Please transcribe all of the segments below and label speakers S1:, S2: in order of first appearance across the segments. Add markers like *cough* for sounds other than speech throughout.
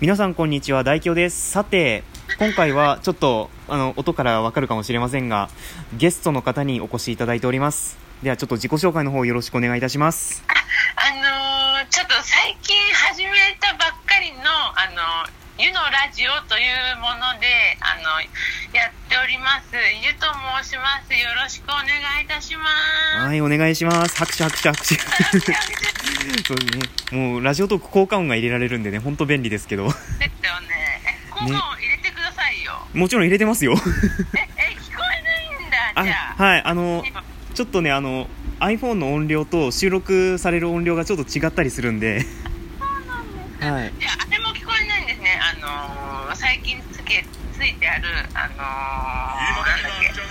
S1: 皆さんこんにちは大京ですさて今回はちょっとあの音からわかるかもしれませんがゲストの方にお越しいただいておりますではちょっと自己紹介の方よろしくお願いいたします
S2: あのーちょっと最近始めたばっかりの「あの湯のラジオ」というものであのやっております湯と申しますよろしくお願いいたします
S1: はいお願いします拍手拍手
S2: *laughs*
S1: 拍手
S2: で
S1: そうですねもうラジオトーク効果音が入れられるんでねほんと便利です
S2: *laughs*
S1: けど
S2: すよねえ効果音入れてくださいよ、
S1: もちろん入れてますよ
S2: ええ聞こえないんだ
S1: あ
S2: じゃあ
S1: はいあのちょっとねあの iPhone の音量と収録される音量がちょっと違ったりするんで
S2: そうなんですか
S1: はい
S2: じゃああれも聞こえないんですねあのー最近つけついてあるあのーなんだっけあのー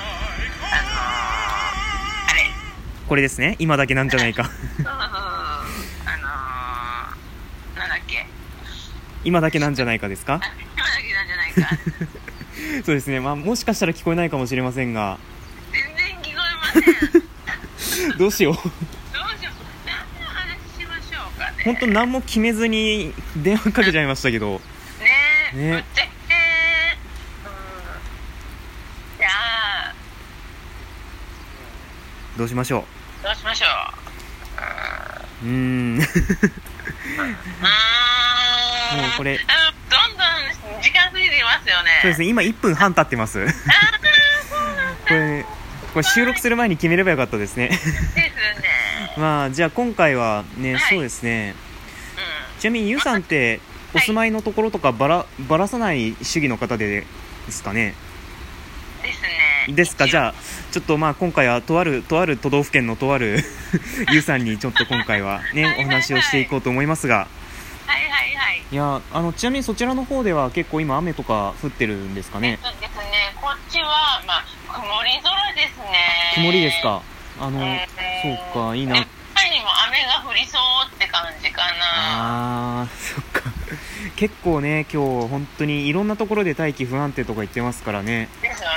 S2: あれ
S1: これですね今だけなんじゃないか
S2: そうそうそうあのー、なんだっけ
S1: 今だけなんじゃないかですか
S2: あ今だけなんじゃないか
S1: そうですね、まあ、もしかしたら聞こえないかもしれませんが、
S2: 全然聞こえませんどう
S1: どうしよう、 *laughs*
S2: しよう何の話しましょうかね
S1: 本当、何も決めずに電話かけちゃいましたけど、
S2: ねえ
S1: ね
S2: ぶっちゃけうんじゃあ
S1: どうしましょ
S2: どうしましょう
S1: *laughs* う、うーん、
S2: うーん
S1: もうこれ
S2: あのどんどん時間過ぎてきますよね
S1: そうですね、今、1分半経ってます、
S2: あーそうなん
S1: これ、これ収録する前に決めればよかったですね、 *laughs*
S2: ですね
S1: まあ、じゃあ、今回はね、
S2: はい
S1: そうですね、
S2: うん
S1: ちなみに、ゆうさんって、お住まいのところとかばら、ばらさない主義の方でですかね、
S2: ですね
S1: ですか、じ
S2: あ
S1: ゃあ、ちょっとまあ、今回は、とある、とある都道府県のとある *laughs* ゆうさんに、ちょっと今回はね、お話をしていこうと思いますが。
S2: はいはいはい
S1: いやあのちなみにそちらの方では結構今雨とか降ってるんですかね
S2: そうですね、こっちは、まあ、曇り空ですね。
S1: 曇りですかあ
S2: う
S1: の
S2: ん。
S1: そうかいいな
S2: で前にも雨が降りそうって感じかな。
S1: あーそっか *laughs* 結構ね今日本当にいろんなところで大気不安定とか言ってますからね
S2: ですよ
S1: う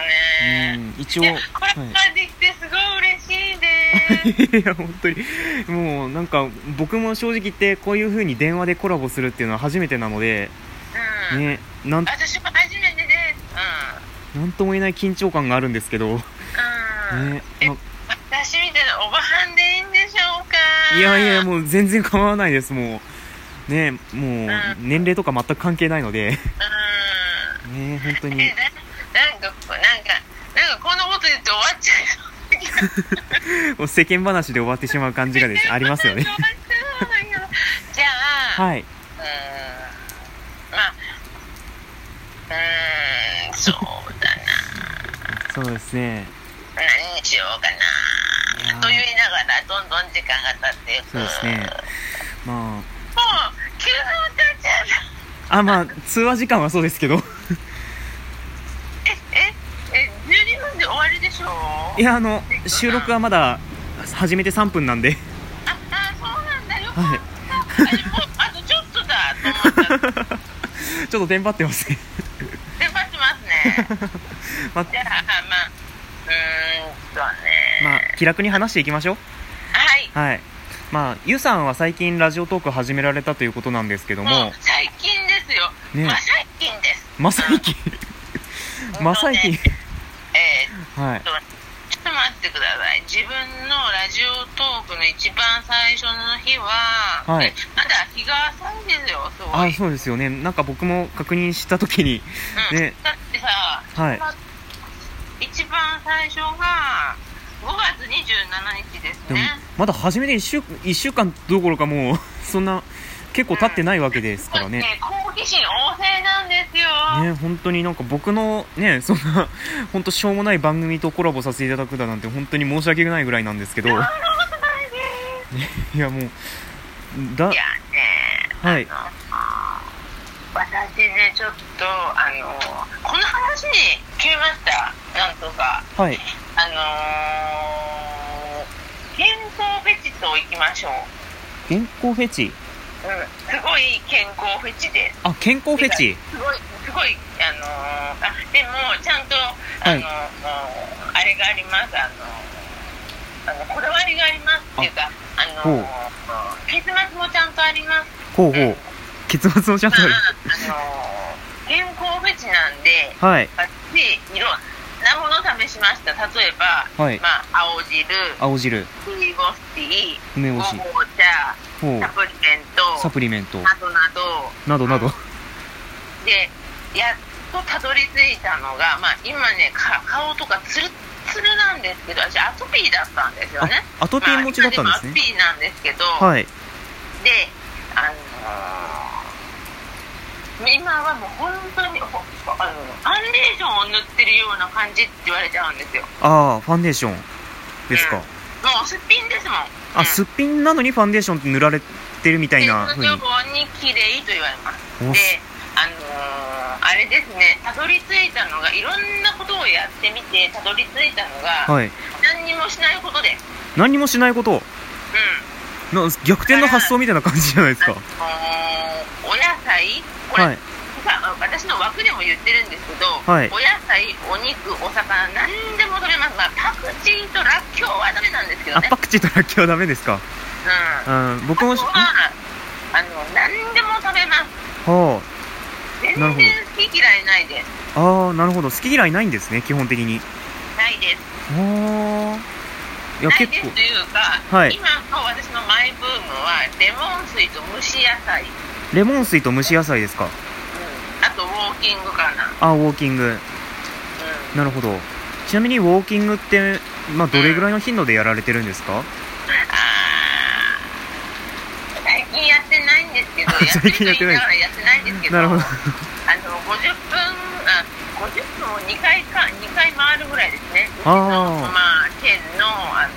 S2: ね。
S1: ん一
S2: い
S1: 応 *laughs*
S2: や
S1: は
S2: これができてすごい嬉しいです。
S1: いいや本当にもうなんか僕も正直言ってこういう風に電話でコラボするっていうのは初めてなので
S2: うん。
S1: ねなん
S2: 私も初めてです。
S1: なんとも言えない緊張感があるんですけどね
S2: うん。うん。え
S1: ま
S2: 私みたいなおばはんでいいんでしょうか
S1: いやいや、
S2: うん。
S1: もう全然構わないです、もう。ねもう、年齢とか全く関係ないので。ね本当
S2: え、な
S1: に。
S2: なんか、なんか、なんかこんなこと言って終わっちゃいそう。
S1: もう世間話で終わってしまう感じがです、ありますよ *laughs* ね。
S2: じゃあ、
S1: はい。
S2: うーんまあ、うーん、そうだな。
S1: そうですね。
S2: 何にしようか
S1: いや
S2: な。と言いながら、どんどん時間が経っていく。
S1: そうですね。ま
S2: もう、9分経っちゃう。
S1: あ、あ、まあ、通話時間はそうですけど。
S2: え、え、え、12分で終わりでしょ
S1: いや、あの、収録はまだ、始めて3分なんで。 *laughs*
S2: あ、あ、そうなんだよ。
S1: は
S2: はいい、もうあとちょっとだと思っちゃって。
S1: ちょっとテンパってますね。
S2: 出発しますね。
S1: *laughs* ま
S2: じゃあ、まあ、うーんとね。
S1: まあ、気楽に話していきましょう。
S2: はい。
S1: はい。まあ、ゆさんは最近ラジオトーク始められたということなんですけど
S2: も
S1: も
S2: う、最近ですよ、
S1: ね
S2: まあ最近です
S1: まさにき、
S2: *laughs*
S1: まさにき、
S2: えーっ
S1: はい。
S2: とちょっと待ってください自分のラジオトークの一番最初の日は、
S1: はい
S2: まだ日が浅いですよすご
S1: あ
S2: い
S1: そうですよねなんか僕も確認した時に
S2: うん
S1: ね
S2: だってさ、
S1: はい
S2: ま一番最初が5月27日です
S1: でも
S2: ね
S1: まだ初めて1週一週間どころかもう *laughs* そんな結構経ってないわけですからね
S2: だって好奇心旺盛なんですよ、
S1: ね本当になんか僕のねそんな本当しょうもない番組とコラボさせていただくだなんて本当に申し訳ないぐらいなんですけど
S2: そんなことないで
S1: いやもうだ
S2: すいやね
S1: はい
S2: あー私ねちょっとあのこの話に決めましたなんとか
S1: はい
S2: あのー、健康フェチと行きましょう、
S1: 健康フェチ
S2: うん、すごい健康フェチです
S1: あ健康フェチ
S2: すごいすごいあのー、あでもちゃんとあのー、あれがありますあのー、あのこだわりがありますっていうかあ
S1: ほ
S2: の
S1: う
S2: ー結末もちゃんとあります
S1: ほうほう結末のシャン
S2: まあ
S1: ドル。
S2: あの健康不治なんで
S1: はい。
S2: 私いろんなものを試しました例えば、
S1: はい
S2: まあ、青汁
S1: 青汁、
S2: 梅干し
S1: 梅干し、
S2: 紅茶
S1: ほう
S2: サ、プリメント
S1: サプリメント、
S2: などなど
S1: などなど。
S2: でやっとたどり着いたのが、まあ、今ねか顔とかツルッツルなんですけど私アトピーだったんですよ
S1: あ
S2: ね、
S1: アトピー持ちだったんです
S2: まあ今もアト
S1: ね。
S2: ピーなんですけど、
S1: はい。
S2: であのー今はもう本当にほあのファンデーションを塗ってるような感じって言われちゃうんですよ
S1: ああ、ファンデーションです
S2: う
S1: か
S2: ん。もうすっぴんですもん
S1: あ、すっぴんなのにファンデーションって塗られてるみたいな
S2: 非
S1: 風に
S2: 常。に綺麗と言われます
S1: お
S2: であのーあれですねたどり着いたのがいろんなことをやってみてたどり着いたのが、
S1: はい。
S2: 何にもしないことでうん
S1: 何にもしないこと。な逆転の発想みたいな感じじゃないですか。
S2: あのーお野菜これ、
S1: はい。
S2: さ私の枠でも言ってるんですけど、
S1: はい
S2: お野菜お肉お魚何でも取れます、まあ、パクチーとらっきょうはダメなんですけど
S1: あ、
S2: ね
S1: パクチーとラッキーはダメですか。
S2: うん
S1: うん、僕
S2: あ
S1: も
S2: と
S1: し、ん
S2: はあの何でも食べます
S1: は
S2: 全
S1: なる
S2: 然
S1: ほど
S2: 好き嫌いないです
S1: あ。ああ、なるほど。好き嫌いないんですね、基本的に。
S2: ないです
S1: はあ。いや、
S2: ない
S1: 結
S2: です
S1: 構
S2: と。いうか、
S1: はい
S2: 今の私のマイブームはレモン水と蒸し野菜、うん、
S1: レモン水と蒸し野菜ですか。
S2: あとウォーキングかな、
S1: あ、ウォーキング。
S2: うん、
S1: なるほど。ちなみにウォーキングって、まあ、どれぐらいの頻度でやられてるんですか
S2: あー最近やってないんですけど
S1: *laughs* 最近やってない
S2: やってると言いながらやってないんですけど
S1: なるほど。
S2: あの50分あ50分を2回か2回回るぐらいですねうちの
S1: あー
S2: まあ、県のあ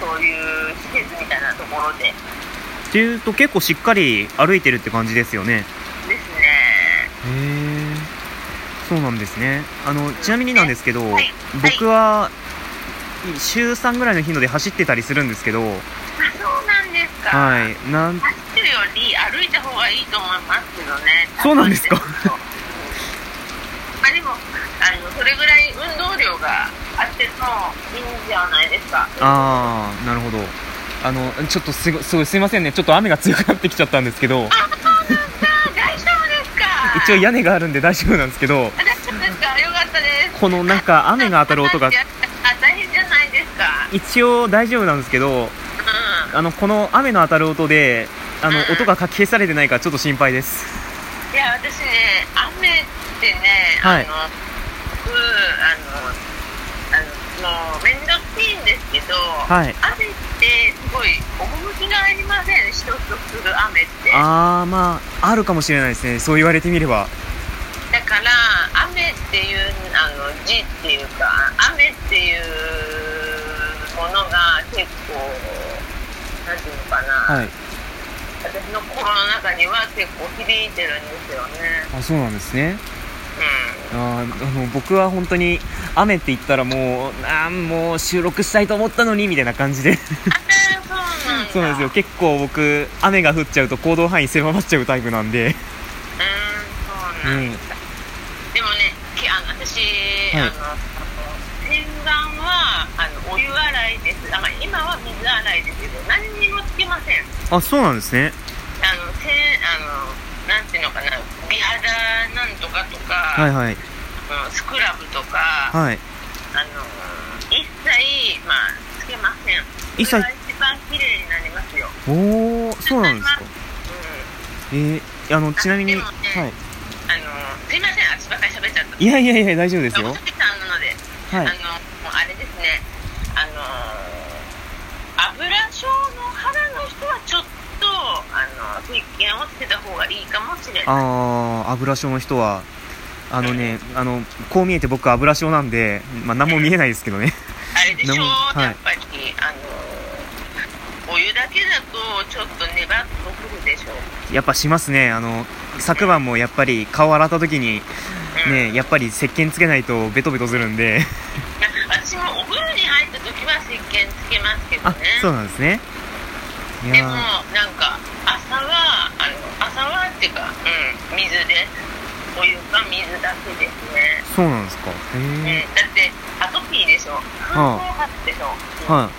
S2: のそういう施設みたいなところで
S1: っていうと結構しっかり歩いてるって感じですよね。
S2: ですね
S1: へえ。そうなんですね。あの、ちなみになんですけど、
S2: はい
S1: 僕は、週3ぐらいの頻度で走ってたりするんですけど、
S2: あそうなんですか、
S1: はい。なん、
S2: 走ってるより歩いた方がいいと思いますけどね
S1: そうなん
S2: *laughs*
S1: ですか
S2: うんまあでもあのそれぐらい運動量があってもいいんじゃないですか
S1: あー、なるほど。あの、ちょっとすごすごいすいませんね。ちょっと雨が強くなってきちゃったんですけど、
S2: あそうなんだ大丈夫です
S1: 一
S2: か
S1: 応屋根があるんで大丈夫なんですけど、
S2: あ大丈夫ですかよかったです
S1: このなんか雨が当たる音が
S2: あ、大変じゃないですか。
S1: 一応大丈夫なんですけど、
S2: うん。
S1: あの、この雨の当たる音で、あの
S2: う、ん
S1: 音がかき消されてないかちょっと心配です。
S2: いや、私ね、雨ってね、
S1: はい
S2: あの、僕、あの、あの、もう、めんどくいんですけど、
S1: はい。
S2: 雨って、すごい、趣がありません、しとしとする雨って。
S1: あー、まあ、あるかもしれないですね。そう言われてみれば。
S2: だから、雨っていう、あの、字っていうか、雨っていうものが結構、なんていうのかな、
S1: はい。
S2: 私の心の中には結構響いてるんですよね。
S1: あ、そうなんですね。 *laughs*
S2: うん
S1: あーあの、僕は本当に、雨って言ったらもう、あーもう収録したいと思ったのに、みたいな感じで。そうなんで
S2: そうなん
S1: す
S2: だ。
S1: よ。結構僕、雨が降っちゃうと行動範囲狭まっちゃうタイプなんで。
S2: うーん、そうなんだ。でもね、きあの私、
S1: はい
S2: あのあの洗顔はあのお湯洗いです。あまあ今は水洗いですけど、何にもつけません。
S1: あ、そうなんですね。
S2: あのせんあのなんていうのかな、美肌なんとかとか、
S1: はいはい。
S2: あのスクラブとか、
S1: はい。
S2: あの一切まあつけません。
S1: 一切
S2: これが一番綺麗になりますよ。
S1: おー、そうなんですか。
S2: うん
S1: えー、あの、ちなみに、
S2: でも
S1: は
S2: ねあのすいません、私ばっかり喋っちゃった。
S1: い。いやいやいや、大丈夫です
S2: お
S1: よ。
S2: 酒さんなので、
S1: はい
S2: あ。のもうあれですね、あのー、油症の肌の人はちょっとあの石鹸をつけた方がいいかもしれない。
S1: あー油症の人はあのねあのこう見えて僕油症なんで、まあ、何も見えないですけどね
S2: あれでしょ
S1: で
S2: う、
S1: もはい
S2: やっぱりあのーお湯だけだとちょっと粘っとくるでしょ
S1: *laughs*
S2: う。
S1: やっぱしますねあの昨晩もやっぱり顔洗った時に
S2: うん
S1: ねやっぱり石鹸つけないとベトベトするんで
S2: 私もお風呂に入った時は石鹸つけますけど
S1: あ
S2: ね。
S1: そうなんですねい
S2: でも
S1: や
S2: なんか朝はあの朝はっていうか、うん、水ですお湯か水だけですね、
S1: ーそうなんですか
S2: うん、
S1: へえ
S2: だってアトピーでしょ乾燥発でしょ、うん
S1: はい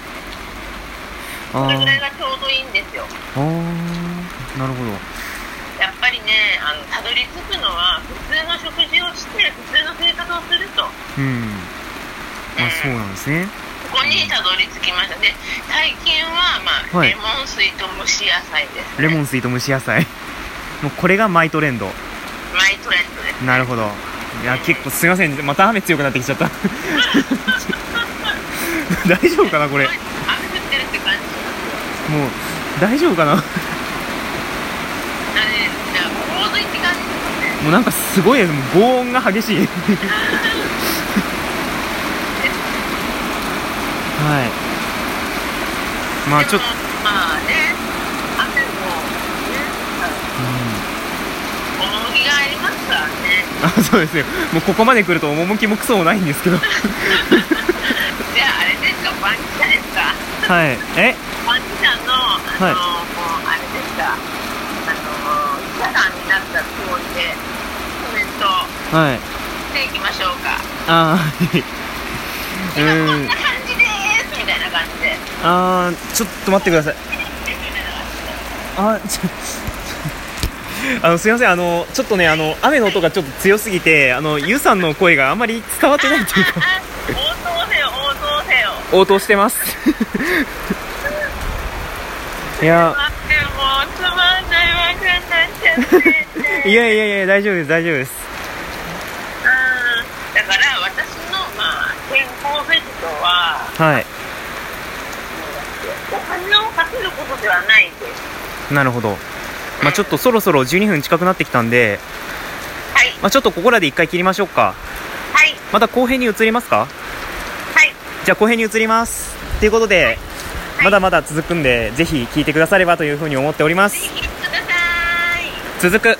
S1: あ
S2: それぐらい
S1: ー
S2: がちょうどいいんですよ
S1: あーなるほど
S2: やっぱりねねあのたどり着くのは普通の食事をして普通の生活をすると
S1: うん。まあ、そうなんですね。
S2: ここにたどり着きましたで最近は、まあ
S1: はい
S2: レモン水と蒸し野菜です、ね、
S1: レモン水と蒸し野菜。もうこれがマイトレンド。
S2: マイトレンドです
S1: なるほど。いや、結構すいません。また雨強くなってきちゃった。 *laughs* 大丈夫かなこれ。もう、
S2: 雨降ってるって感じ
S1: 大丈夫かなも
S2: だねじゃあ洪水って感じですね
S1: うなんかすごい、もう轟音が激しい。はい。まあ、ちょっと
S2: で、もまあね雨もね
S1: うん
S2: 趣がありますからね
S1: あ、そうですよ。もうここまで来ると趣もクソもないんですけど。
S2: じゃああれですかバンキシャですか
S1: はい。え
S2: バンキシャのあの、
S1: はい
S2: もうあれですかあの記者さんになったつもりでコメント
S1: はい。
S2: していきましょうか
S1: あー、
S2: 今 *laughs*
S1: はい。
S2: こ
S1: うんん
S2: な。感じですみたいな感じで
S1: あー、ちょっと待ってください。あ、ちょ、 *laughs* あの、すいません。あの、ちょっとね、あの、雨の音がちょっと強すぎて、あの、ゆうさんの声があんまり伝わってないというか、 *laughs*
S2: あ応答せよ応答せよ
S1: 応答してます。 *laughs* いや、
S2: 待ってもうつまんないわけになっちゃって
S1: いやいやいや、大丈夫です、大丈夫です。
S2: うんだから私の、まあ、健康ベストは
S1: はい。
S2: お金をかけることではないです
S1: なるほど。まあちょっとそろそろ12分近くなってきたんで、
S2: はい
S1: まあちょっとここらで一回切りましょうか。
S2: はい
S1: また後編に移りますか
S2: はい
S1: じゃあ後編に移ります。ということで、まだまだ続くんで、ぜひ聞いてくださればというふうに思っておりま
S2: ぜ
S1: す。
S2: ひ来てください
S1: 続く